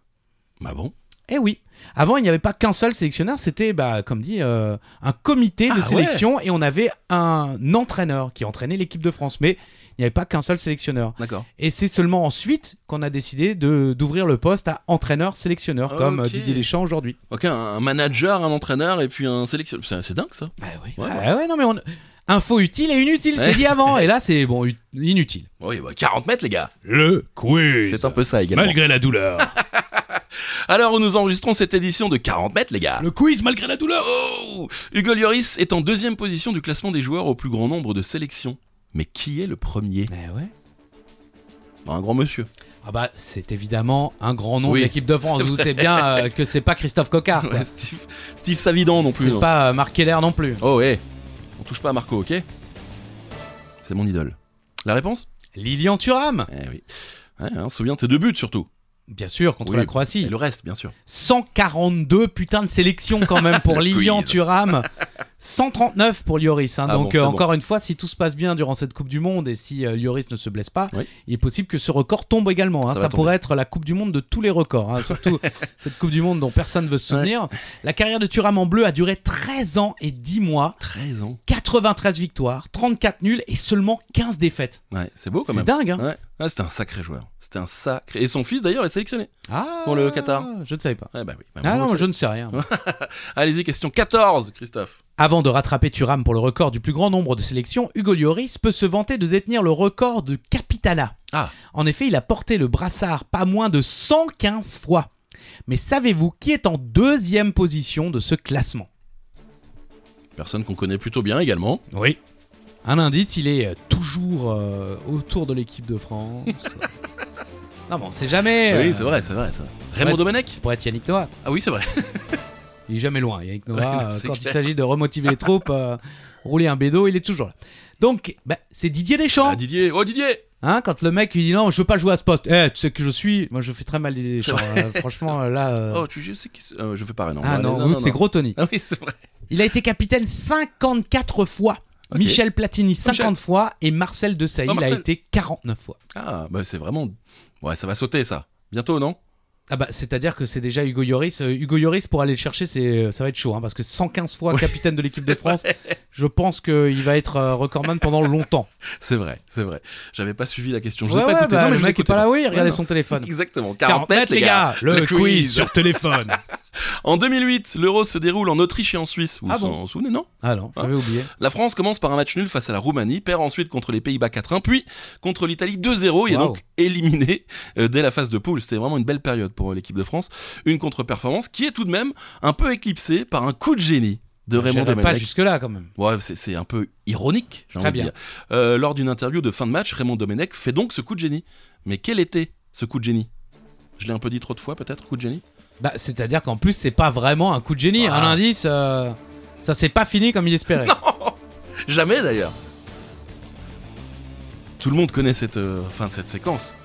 Bah bon.
Eh oui. Avant, il n'y avait pas qu'un seul sélectionneur, c'était, bah, comme dit, euh, un comité de
Ah ouais.
sélection et on avait un entraîneur qui entraînait l'équipe de France. Mais il n'y avait pas qu'un seul sélectionneur.
D'accord.
Et c'est seulement ensuite qu'on a décidé de d'ouvrir le poste à entraîneur-sélectionneur, comme
Ok.
euh, Didier Deschamps aujourd'hui.
Ok, un- un manager, un entraîneur et puis un sélectionneur. C'est- C'est dingue ça.
Ah oui.
Ouais,
non, mais on... info utile et inutile, c'est dit avant. Et là, c'est bon, ut- inutile.
Oui, bah, 40 mètres les gars.
Le quiz.
C'est un peu ça également.
la douleur.
Alors où nous enregistrons cette édition de 40 mètres les gars.
le quiz malgré la douleur.
Oh Hugo Lloris est en deuxième position du classement des joueurs au plus grand nombre de sélections. Mais qui est le premier
[laughs] Eh ouais.
Bah, Un grand monsieur.
Ah bah, c'est évidemment un grand nom
Oui,
de l'équipe de
[laughs]
France.
c'est
Vous doutez bien euh, que c'est pas Christophe Cocard. quoi.
Ouais, Steve, Steve Savidan non plus.
c'est
non.
pas euh, Marc Keller non plus.
Oh, hé On touche pas à Marco, ok C'est mon idole. La réponse
Lilian Thuram,
Eh oui. Ouais, on se souvient de ses deux buts surtout.
bien sûr, contre
Oui.
la Croatie.
Et le reste, bien sûr.
142 putains de sélections quand même
[laughs]
pour Lilian
quiz.
Thuram. 139 pour Lloris. hein.
Ah bon,
Donc
c'est
euh,
bon.
encore une fois, si tout se passe bien durant cette Coupe du Monde et si euh, Lloris ne se blesse pas,
Oui.
il est possible que ce record tombe également. hein.
Ça
Ça,
va tomber.
pourrait être la Coupe du Monde de tous les records. hein.
[laughs]
Surtout cette Coupe du Monde dont personne ne veut se souvenir. La carrière de Thuram en bleu a duré 13 ans et 10 mois.
13 ans.
93 victoires, 34 nuls et seulement 15 défaites.
Ouais, c'est beau quand même.
C'est dingue. hein.
Ouais. Ah, c'était un sacré joueur. C'était un sacré. Et son fils d'ailleurs est sélectionné.
Ah,
Pour le Qatar.
Je ne savais pas.
Ouais, bah oui. Bah,
Ah
bon,
non,
c'est-
je ne sais rien.
Allez-y, question 14, Christophe.
Avant de rattraper Thuram pour le record du plus grand nombre de sélections, Hugo Lloris peut se vanter de détenir le record de Capitana.
Ah.
En effet, il a porté le brassard pas moins de 115 fois. Mais savez-vous qui est en deuxième position de ce classement
Personne qu'on connaît plutôt bien également.
Oui. Un indice, il est euh, toujours euh, autour de l'équipe
[laughs]
de France. non, mais on sait jamais.
Oui,
euh,
c'est vrai, c'est vrai. c'est vrai. Raymond
ouais,
Domenech
Ça pourrait être Yannick Noah.
Ah oui, c'est vrai.
Il est jamais loin. Yannick Noah,
Ouais, non,
euh,
c'est
quand il
clair.
s'agit de remotiver les troupes, euh, rouler un bédo, il est toujours là. Donc, bah, c'est Didier Deschamps.
Ah, Didier. Oh, Didier
Hein, quand le mec lui dit non, je veux pas jouer à ce poste. Eh, tu sais que je suis. Moi, je fais très mal des.
C'est
gens, euh, franchement, là. euh,
Oh, tu je sais qui. c'est- euh, je fais pas non.
ah
Allez,
non, vous, c'était gros Tony.
Ah oui, c'est vrai.
Il a été capitaine 54 fois.
Ok.
Michel Platini 50
Michel.
fois et Marcel Desailly
Oh, Marcel.
il a été 49 fois.
Ah, bah c'est vraiment. Ouais, ça va sauter ça. Bientôt, non
Ah bah c'est-à-dire que c'est déjà Hugo Lloris. Euh, Hugo Lloris pour aller le chercher, c'est euh, ça va être chaud hein, parce que 115 fois
Oui, [laughs]
capitaine de l'équipe de France, je pense qu'il va être euh, recordman pendant longtemps.
C'est vrai, c'est vrai. J'avais pas suivi la question. Je
Ouais,
l'ai pas
ouais,
écouté.
bah,
non, mais
le
je
mec est
l'écoutais [laughs]
pas là, oui, regardez
non.
son téléphone.
Exactement,
40 mètres, les gars, le, quiz, sur téléphone.
En 2008, l'Euro se déroule en Autriche et en Suisse. Vous
Ah
vous en souvenez, non
ah non, j'avais oublié.
La France commence par un match nul face à la Roumanie, perd ensuite contre les Pays-Bas 4-1, puis contre l'Italie 2-0 et est
Wow.
donc éliminée euh, dès la phase de poule. C'était vraiment une belle période pour euh, l'équipe de France. Une contre-performance qui est tout de même un peu éclipsée par un coup de génie de Raymond
Ah, J'irai pas
Domenech.
jusque là quand même.
Ouais, c'est c'est un peu ironique, j'ai envie
Très
de
bien.
dire. Euh, lors d'une interview de fin de match, Raymond Domenech fait donc ce coup de génie. Mais quel était ce coup de génie Je l'ai un peu dit trop de fois, peut-être, coup de génie
Bah, c'est-à-dire qu'en plus, c'est pas vraiment un coup de génie.
Voilà.
Un indice, euh, ça s'est pas fini comme
[laughs]
il espérait.
Jamais d'ailleurs. Tout le monde connaît cette, euh, fin de cette séquence.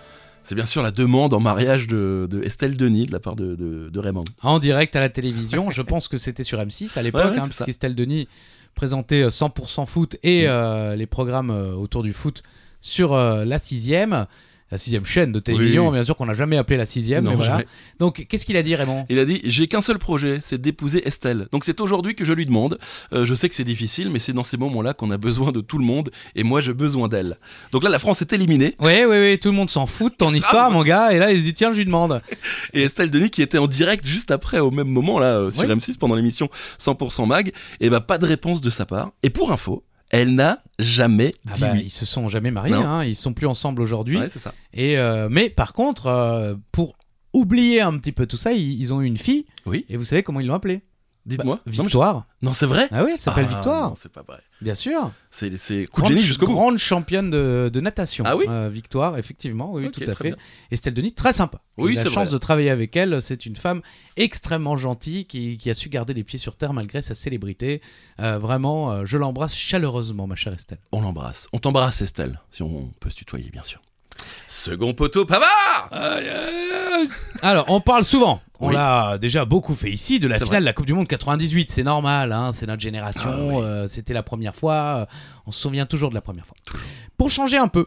C'est bien sûr la demande en mariage de, de Estelle Denis de la part de, de- de Raymond.
En direct à la télévision, je pense que c'était sur M6 à l'époque,
Ouais, ouais,
hein,
c'est
parce
ça.
qu'Estelle Denis présentait euh, 100% foot et
Mm.
euh, les programmes euh, autour du foot sur euh, la sixième. La sixième chaîne de télévision,
Oui.
bien sûr qu'on n'a jamais appelé la sixième,
Non,
mais voilà.
jamais.
Donc, qu'est-ce qu'il a dit, Raymond
Il a dit J'ai qu'un seul projet, c'est d'épouser Estelle. Donc c'est aujourd'hui que je lui demande. Euh, je sais que c'est difficile, mais c'est dans ces moments-là qu'on a besoin de tout le monde, et moi j'ai besoin d'elle. Donc là, la France est éliminée,
Oui, oui, oui, tout le monde s'en fout de
Ah,
ton histoire,
bah.
mon gars. Et là, il se dit, tiens, je lui demande.
et Estelle Denis, qui était en direct juste après, au même moment, là, euh, sur
Oui.
M6 pendant l'émission 100% Mag, et bah pas de réponse de sa part. Et pour info, elle n'a jamais
Ah
dit
bah,
oui.
ils se sont jamais mariés,
Non.
hein, ils sont plus ensemble aujourd'hui.
Ouais, c'est ça.
Et euh, mais par contre, euh, pour oublier un petit peu tout ça, ils, ils ont eu une fille.
Oui.
Et vous savez comment ils l'ont appelée
Dites-moi.
Bah,
Non, mais je-
Victoire.
Non, c'est vrai.
Ah oui, elle s'appelle
Ah,
Victoire,
non, c'est pas vrai.
bien sûr.
C'est, c'est coup de
Grande-
génie jusqu'au bout.
Grande championne de, de natation.
Ah oui
Euh, Victoire, effectivement, oui, oui,
Ok,
tout
très
à fait.
bien.
Estelle Denis, très sympa. J'ai
Oui,
eu la
c'est
chance
vrai.
de travailler avec elle. C'est une femme extrêmement gentille qui, qui a su garder les pieds sur terre malgré sa célébrité. Euh, vraiment, euh, je l'embrasse chaleureusement, ma chère Estelle.
On l'embrasse. On t'embrasse, Estelle. Si on peut se tutoyer, bien sûr. Second poteau, Pavard
Alors, on parle souvent. On
Oui.
l'a déjà beaucoup fait ici de la
C'est
finale de la Coupe du Monde 98. C'est normal, hein, c'est notre génération.
Ah oui.
euh, C'était la première fois. euh, on se souvient toujours de la première fois. Pour changer un peu,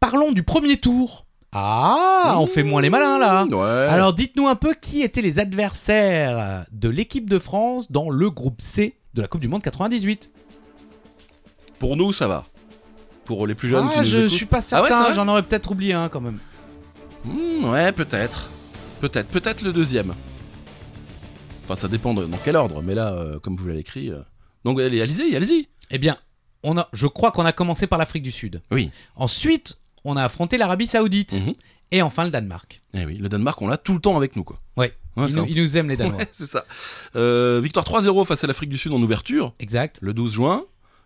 parlons du premier tour. Ah, on fait moins les malins là.
Ouais.
Alors, dites-nous un peu qui étaient les adversaires de l'équipe de France dans le groupe C de la Coupe du Monde 98.
Pour nous, ça va. Pour les plus jeunes
ah,
qui nous
je
écoutent.
suis pas
Ah ouais,
certain.
c'est vrai
J'en aurais peut-être oublié un quand même.
Hmm, ouais, peut-être. Peut-être. Peut-être le deuxième. Enfin, ça dépend de- dans quel ordre. Mais là, euh, comme vous l'avez écrit. euh, Donc, allez, allez-y, allez-y.
Eh bien, on a, je crois qu'on a commencé par l'Afrique du Sud.
Oui.
Ensuite, on a affronté l'Arabie Saoudite.
Mhm.
Et enfin, le Danemark.
Eh oui, le Danemark, on l'a tout le temps avec nous, quoi.
Ouais.
Ouais,
ils,
c'est
nous,
un-
ils nous aiment, les Danois.
Ouais, c'est ça. Euh, victoire 3-0 face à l'Afrique du Sud en ouverture,
Exact.
le 12 juin.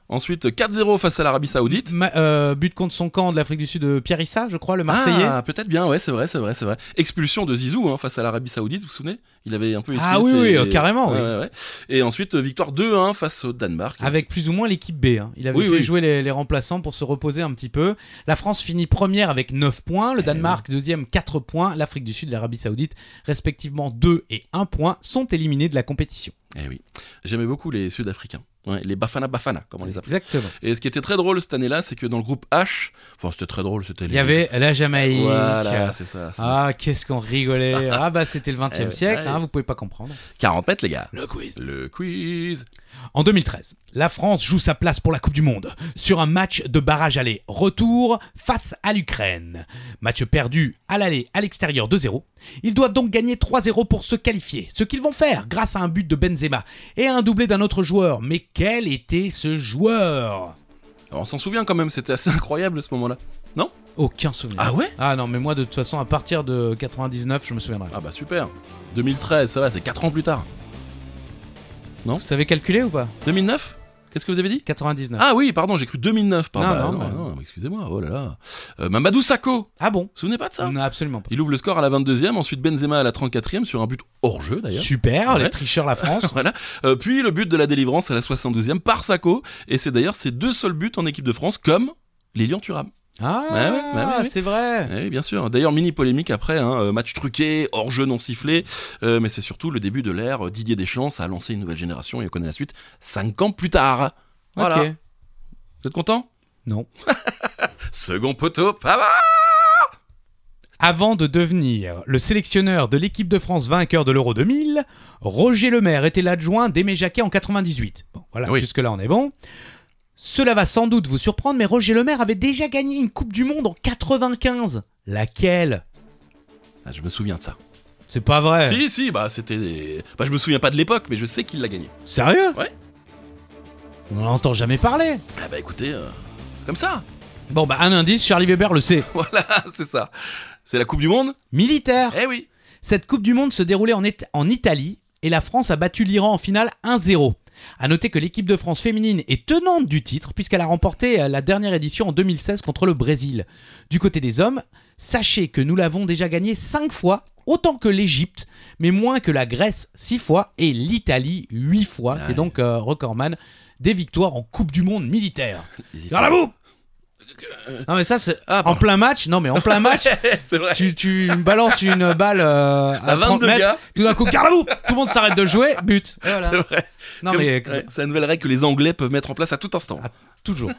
Ensuite, 4-0 face à l'Arabie Saoudite.
Ma- euh, but contre son camp de l'Afrique du Sud, euh, Pierre-Issa, je crois, le Marseillais.
Ah, peut-être bien, ouais, c'est vrai, c'est vrai, c'est vrai. Expulsion de Zizou hein, face à l'Arabie Saoudite, vous vous souvenez Il avait un peu
Ah
essuyé
oui,
ses-
oui, euh, carrément, oui.
Ouais, ouais, ouais. Et ensuite, euh, victoire 2-1 face au Danemark.
Avec plus ou moins l'équipe B. hein. Il avait
Oui,
fait
oui.
jouer les, les remplaçants pour se reposer un petit peu. La France finit première avec 9 points,
Eh
le Danemark deuxième 4 points, l'Afrique du Sud et l'Arabie Saoudite, respectivement 2 et 1 point, sont éliminés de la compétition.
Eh oui. J'aimais beaucoup les Sud-Africains. Ouais, les Bafana Bafana, comme on les appelle.
Exactement.
Et ce qui était très drôle cette année-là, c'est que dans le groupe H, enfin, c'était très drôle, c'était
Il y avait la Jamaïque.
Voilà, c'est ça. c'est
Ah, qu'est-ce qu'on rigolait. Ah, bah, c'était le 20
Eh
e
ouais.
siècle, hein, vous pouvez pas comprendre.
ça. 40 mètres, les gars.
Le quiz.
Le quiz.
En 2013, la France joue sa place pour la Coupe du Monde sur un match de barrage aller retour face à l'Ukraine. Match perdu à l'aller à l'extérieur 2-0. Ils doivent donc gagner 3-0 pour se qualifier, ce qu'ils vont faire grâce à un but de Benzema et à un doublé d'un autre joueur. Mais quel était ce joueur
Alors, on s'en souvient quand même, c'était assez incroyable ce moment-là.
Aucun souvenir.
Ah ouais
Ah non, mais moi de toute façon, à partir de 99, je me souviendrai.
Ah bah super. 2013, ça va, c'est 4 ans plus tard.
Vous savez calculer ou pas
2009 Qu'est-ce que vous avez dit
99. Ah,
Ah oui, pardon, j'ai cru 2009. Pardon.
Non,
Bah,
non,
non,
mais-
non, excusez-moi, oh là là. Euh, Mamadou Sakho, vous
Ah bon
vous souvenez pas de ça
Non, absolument pas.
Il ouvre le score à la 22e, ensuite Benzema à la 34e sur un but hors jeu d'ailleurs. Ah
Super,
[laughs]
les
Ouais.
tricheurs la France.
[laughs] Voilà. Euh, puis le but de la délivrance à la 72e par Sakho. Et c'est d'ailleurs ses deux seuls buts en équipe de France, comme Lilian Thuram.
Ah,
Ouais, ouais, ouais, ouais, ouais.
c'est vrai.
Eh Oui, bien sûr. D'ailleurs, mini polémique après, hein, euh, match truqué, hors jeu non sifflé. Euh, mais c'est surtout le début de l'ère. euh, Didier Deschamps ça a lancé une nouvelle génération et on connaît la suite 5 ans plus tard. Voilà.
Ok.
Vous êtes content
Non.
[laughs] Second poteau, pas mal
Avant de devenir le sélectionneur de l'équipe de France vainqueur de l'Euro 2000, Roger Lemaire était l'adjoint d'Aimé Jacquet en 98. Bon, voilà,
Oui.
jusque-là on est bon. Cela va sans doute vous surprendre, mais Roger Lemaire avait déjà gagné une Coupe du Monde en 95. Laquelle
Ah, Je me souviens de ça.
C'est pas vrai.
Si, si, bah c'était. Des... Bah, je me souviens pas de l'époque, mais je sais qu'il l'a gagné.
Sérieux
Ouais.
On n'en entend jamais parler.
Ah bah écoutez, euh, comme ça. [laughs]
Bon, bah un indice, Charlie Weber le sait.
Voilà, c'est ça. C'est la Coupe du Monde
Militaire.
Eh oui.
Cette Coupe du Monde se déroulait en, It- en Italie et la France a battu l'Iran en finale 1-0. A noter que l'équipe de France féminine est tenante du titre puisqu'elle a remporté euh, la dernière édition en 2016 contre le Brésil. Du côté des hommes, sachez que nous l'avons déjà gagné 5 fois autant que l'Égypte, mais moins que la Grèce 6 fois et l'Italie 8 fois, qui
Ouais.
est donc euh, recordman des victoires en Coupe du Monde militaire.
Ils y
Vers la
tombent.
boue Non mais ça c'est
Ah,
en
pardon.
plein match, non mais en [laughs] plein match,
c'est vrai.
tu, tu balances une balle euh, à
À
30
22
mètres,
gars,
tout d'un coup, garde la boue Tout le monde s'arrête de jouer, but. Et
[laughs]
voilà.
c'est vrai.
Non
C'est comme-
mais
ouais, c'est la nouvelle règle que les Anglais peuvent mettre en place à tout instant.
Ah. toujours.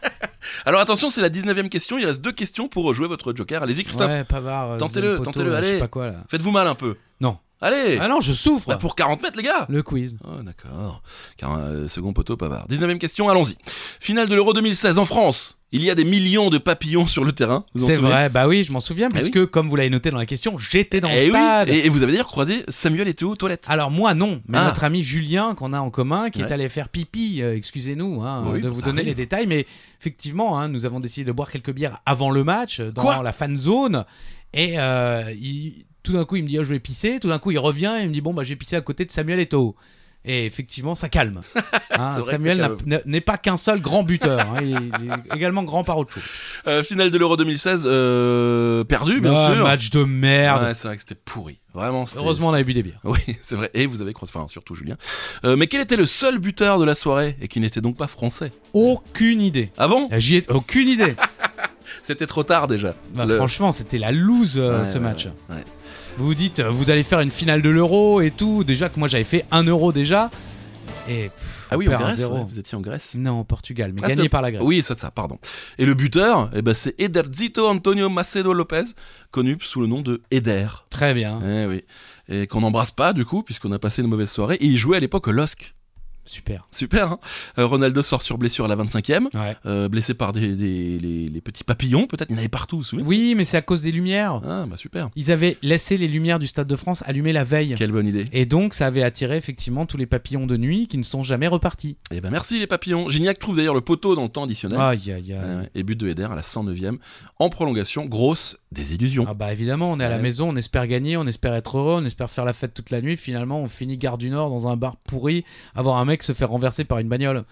Alors attention, c'est la 19ème question. Il reste deux questions pour rejouer votre joker. Allez-y, Christophe.
Ouais, Pavard, euh,
Tentez-le,
Zé Poteau,
tentez-le,
euh, je sais
allez.
pas quoi, là.
Faites-vous mal un peu.
Non.
Allez
Ah non, je souffre.
Bah, Pour 40 mètres, les gars
Le quiz.
Oh, d'accord. Car euh, second poteau, Pavard. 19 e question, allons-y. Finale de l'Euro 2016 en France. Il y a des millions de papillons sur le terrain. vous en
C'est
souvenez
vrai, bah oui, je m'en souviens,
Eh oui.
puisque comme vous l'avez noté dans la question, j'étais dans le
Eh oui,
stade.
et, et vous avez d'ailleurs croisé Samuel et aux toilettes.
Alors moi non, mais
Ah.
notre ami Julien qu'on a en commun, qui est
Ouais.
allé faire pipi, euh, excusez-nous hein,
Oui,
de
bon,
vous
ça
donner
arrive.
les détails, mais effectivement, hein, nous avons décidé de boire quelques bières avant le match, euh, dans
Quoi
la fan zone, et euh, il- tout d'un coup il me dit oh, je vais pisser, tout d'un coup il revient et il me dit bon bah j'ai pissé à côté de Samuel Eto'o. Et effectivement, ça calme.
[laughs]
Hein,
C'est vrai que
Samuel
ça
n'a- n'a- n'est pas qu'un seul grand buteur, hein, il il est également grand par autre chose.
Euh, finale de l'Euro 2016, euh, perdu, bien
Ah,
sûr.
Match de merde.
Ouais, c'est vrai que c'était pourri. Vraiment, c'était-
Heureusement, on avait bu des bières.
[laughs] Oui, c'est vrai. Et vous avez croisé, enfin, surtout Julien. Euh, mais quel était le seul buteur de la soirée et qui n'était donc pas français
Aucune idée.
Ah bon
Ah, J'y ai aucune idée.
C'était trop tard déjà.
Bah,
Le-
Franchement, c'était la loose euh,
Ouais,
ce
ouais,
match.
ouais, ouais.
Vous vous dites, euh, vous allez faire une finale de l'euro et tout. Déjà que moi j'avais fait 1 euro déjà. Et pff,
Ah oui,
on
en
perd un
Grèce.
zéro.
ouais, vous étiez en Grèce.
Non, au Portugal, mais
Ah,
gagné
c'est-
par la Grèce.
Oui, c'est ça, pardon. Et le buteur, eh ben, c'est Ederzito Antonio Macedo Lopez, connu sous le nom de Eder.
Très bien.
Eh oui. Et qu'on n'embrasse pas, du coup, puisqu'on a passé une mauvaise soirée. Et il jouait à l'époque au LOSC.
Super.
Super. hein Euh, Ronaldo sort sur blessure à la 25e.
Ouais.
euh, blessé par des, des- les, les petits papillons, peut-être. Il y en avait partout, vous vous souvenez
Oui, mais c'est à cause des lumières.
Ah, bah super.
Ils avaient laissé les lumières du Stade de France allumées la veille.
Quelle bonne idée.
Et donc, ça avait attiré effectivement tous les papillons de nuit qui ne sont jamais repartis.
Eh ben merci les papillons. Gignac trouve d'ailleurs le poteau dans le temps additionnel. Eh
Aïe, aïe, aïe.
Ouais, ouais. Et but de Eder à la 109e. En prolongation, grosse désillusion.
Ah bah évidemment, on est à la
Ouais.
maison, on espère gagner, on espère être heureux, on espère faire la fête toute la nuit. Finalement, on finit gare du Nord dans un bar pourri, avoir un mec se faire renverser par une
[laughs]
bagnole.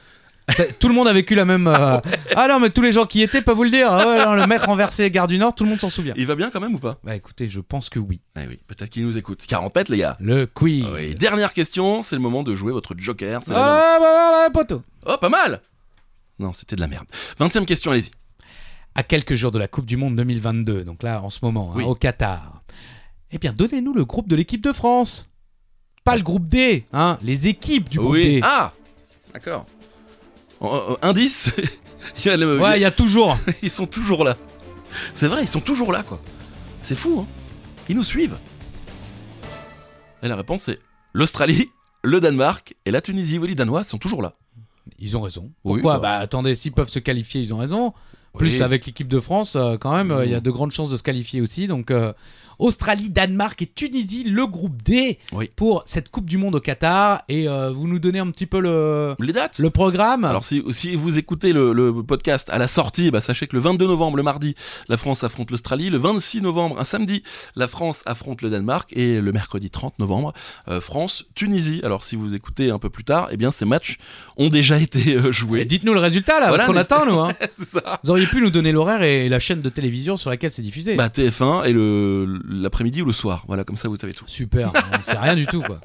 Ça- tout le monde a vécu la même. euh, Ah non, mais tous les gens qui y étaient, pas vous le dire. Ah ouais, non, le mec renversé gare du Nord, tout le monde s'en souvient.
Il va bien quand même ou pas
Bah écoutez, je pense que oui.
Eh oui, peut-être qu'il nous écoute. 40 mètres les gars. Ah
Le quiz.
Oui, dernière question, c'est le moment de jouer votre joker. c'est la dernière.
Ah bah voilà, poteau.
Oh, pas mal Non, c'était de la merde. 20 e question, allez-y.
À quelques jours de la Coupe du Monde 2022, donc là en ce moment, hein,
Oui.
au Qatar. Eh bien, donnez-nous le groupe de l'équipe de France. Pas le groupe D, hein, les équipes du groupe D.
Oui. Ah D'accord. Oh, oh, indice [laughs] Il euh, y a le-
ouais, il y a toujours.
Ils sont toujours là. C'est vrai, ils sont toujours là, quoi. C'est fou, hein Ils nous suivent. Et la réponse est l'Australie, le Danemark et la Tunisie. Oui, les Danois sont toujours là.
Ils ont raison.
Oui,
Pourquoi bah.
bah.
attendez, s'ils peuvent se qualifier, ils ont raison. Plus
Oui.
avec l'équipe de France, euh, quand même, euh, il y a
Mm.
de grandes chances de se qualifier aussi. Donc euh, Australie, Danemark et Tunisie, le groupe D
Oui.
pour cette Coupe du Monde au Qatar. Et euh, vous nous donnez un petit peu le,
bah. Les dates
le programme.
Alors si, si vous écoutez le, le podcast à la sortie, bah, sachez que le 22 novembre, le mardi, la France affronte l'Australie. Le 26 novembre, un samedi, la France affronte le Danemark. Et le mercredi 30 novembre, euh, France-Tunisie. Alors si vous écoutez un peu plus tard, eh bien ces matchs ont déjà [laughs] été euh,
Et
joués.
Dites-nous le résultat là,
Voilà,
parce qu'on
n'est-ce-
attend nous. hein.
C'est ça.
Vous auriez pu nous donner l'horaire et la chaîne de télévision sur laquelle c'est diffusé.
Bah TF1 et le l'après-midi ou le soir. Voilà, comme ça vous savez tout.
Super, hein, c'est rien du
[laughs]
tout quoi.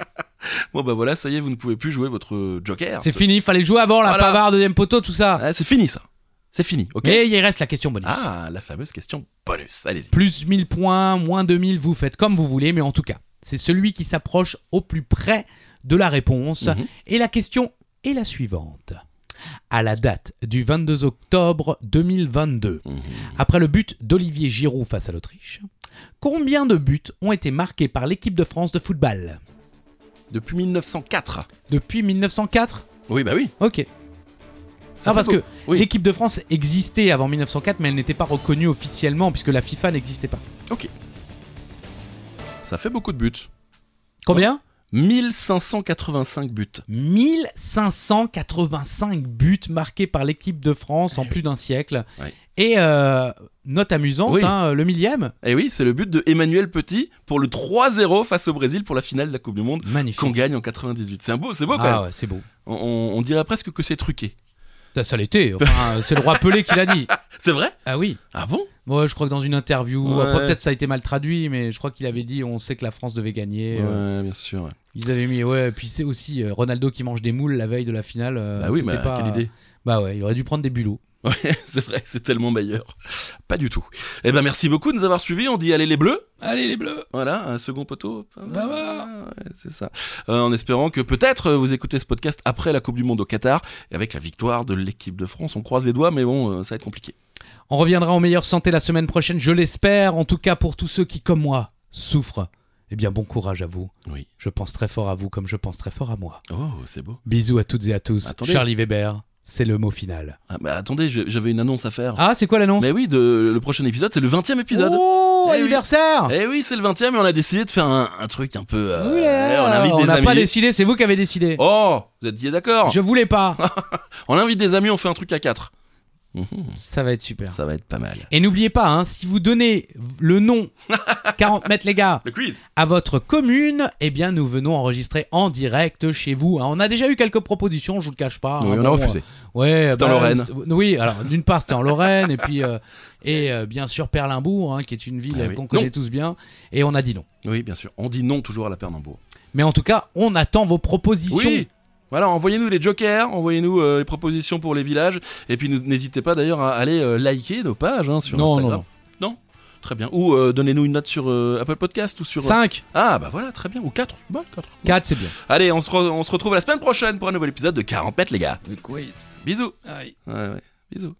Bon bah voilà, ça y est, vous ne pouvez plus jouer votre Joker.
C'est fini, fallait le jouer avant la
Voilà.
pavard, deuxième poteau, tout ça.
Ah, c'est fini ça. C'est fini, ok
Mais il reste la question bonus.
Ah, la fameuse question bonus. Allez-y.
plus 1000 points, moins 2000, vous faites comme vous voulez, mais en tout cas, c'est celui qui s'approche au plus près de la réponse.
Mhm.
Et la question est la suivante. À la date du 22 octobre 2022,
Mhm.
après le but d'Olivier Giroud face à l'Autriche, combien de buts ont été marqués par l'équipe de France de football
Depuis 1904.
depuis 1904
Oui, bah oui.
Ok.
Ça
Ah, parce
fait
que
Oui.
l'équipe de France existait avant 1904, mais elle n'était pas reconnue officiellement puisque la FIFA n'existait pas.
Ça fait beaucoup de buts.
Combien
1585 buts.
1585 buts marqués par l'équipe de France en
Eh
plus d'un siècle.
Ouais.
Et euh, note amusante,
Oui.
hein, le millième,
Et Eh oui, c'est le but de Emmanuel Petit pour le 3-0 face au Brésil pour la finale de la Coupe du Monde
magnifique.
qu'on gagne en 98. C'est un beau, c'est beau quand
ah
même.
ouais, c'est beau.
On, on- on dirait presque que c'est truqué.
Ça, ça l'était.
[laughs]
Enfin, c'est le roi Pelé qui l'a dit.
C'est vrai
Ah oui.
Ah bon
Bon, je crois que dans une interview,
Ouais.
après, peut-être ça a été mal traduit, mais je crois qu'il avait dit on sait que la France devait gagner. euh,
Ouais, bien sûr. ouais.
Ils avaient mis, ouais, puis c'est aussi euh, Ronaldo qui mange des moules la veille de la finale. euh,
bah oui,
c'était
mais
pas-
quelle idée
Bah ouais, il aurait dû prendre des bulots.
Ouais, [laughs] c'est vrai, c'est tellement meilleur. Pas du tout. Eh ben, merci beaucoup de nous avoir suivis. On dit allez les bleus.
Allez les bleus
Voilà, un second poteau. Ah,
Bah, bah.
Ouais, c'est ça. Euh, en espérant que peut-être euh, vous écoutez ce podcast après la Coupe du Monde au Qatar et avec la victoire de l'équipe de France. On croise les doigts, mais bon, euh, ça va être compliqué.
On reviendra en meilleure santé la semaine prochaine, je l'espère. En tout cas, pour tous ceux qui, comme moi, souffrent, eh bien, bon courage à vous.
Oui.
Je pense très fort à vous comme je pense très fort à moi.
Oh, c'est beau.
Bisous à toutes et à tous.
Attendez.
Charlie Weber, c'est le mot final.
Ah, bah, attendez, je- j'avais une annonce à faire.
Ah, c'est quoi l'annonce
Mais oui, de, le prochain épisode, c'est le 20e épisode.
Oh,
Eh oui.
anniversaire
Eh oui, c'est le 20e et on a décidé de faire un, un truc un peu. euh,
Oula,
on invite
on
des
n'a
amis.
pas décidé, c'est vous qui avez décidé.
Oh, Ah. vous étiez d'accord
Je voulais pas.
On invite des amis, on fait un truc à 4.
Ça va être super.
Ça va être pas mal.
Et n'oubliez pas, hein, si vous donnez
[laughs]
le nom 40 mètres les gars
Le quiz
à votre commune, eh bien nous venons enregistrer en direct chez vous. hein. On a déjà eu quelques propositions, je vous le cache pas. hein,
Oui, on
bon,
a refusé.
euh, ouais,
C'était en Lorraine.
c'était- Oui, alors d'une part c'était en Lorraine et puis euh, et euh, bien sûr Perlimbourg, hein, qui est une ville
Ah oui.
qu'on connaît
Non.
tous bien, et on a dit non.
Oui, bien sûr. On dit non toujours à la Pernambourg.
Mais en tout cas, on attend vos propositions.
Oui voilà, envoyez-nous les jokers, envoyez-nous euh, les propositions pour les villages, et puis nous- n'hésitez pas d'ailleurs à aller euh, liker nos pages hein, sur
non, non,
Instagram.
non,
Très bien. Ou euh, donnez-nous une note sur euh, Apple Podcast ou sur.
5,
Ah bah voilà, très bien. Ou 4 Bah 4.
4, c'est bien.
Allez, on se, re- on se retrouve la semaine prochaine pour un nouvel épisode de 40 mètres les gars. Le quiz. Bisous. Ouais, ouais. Bisous.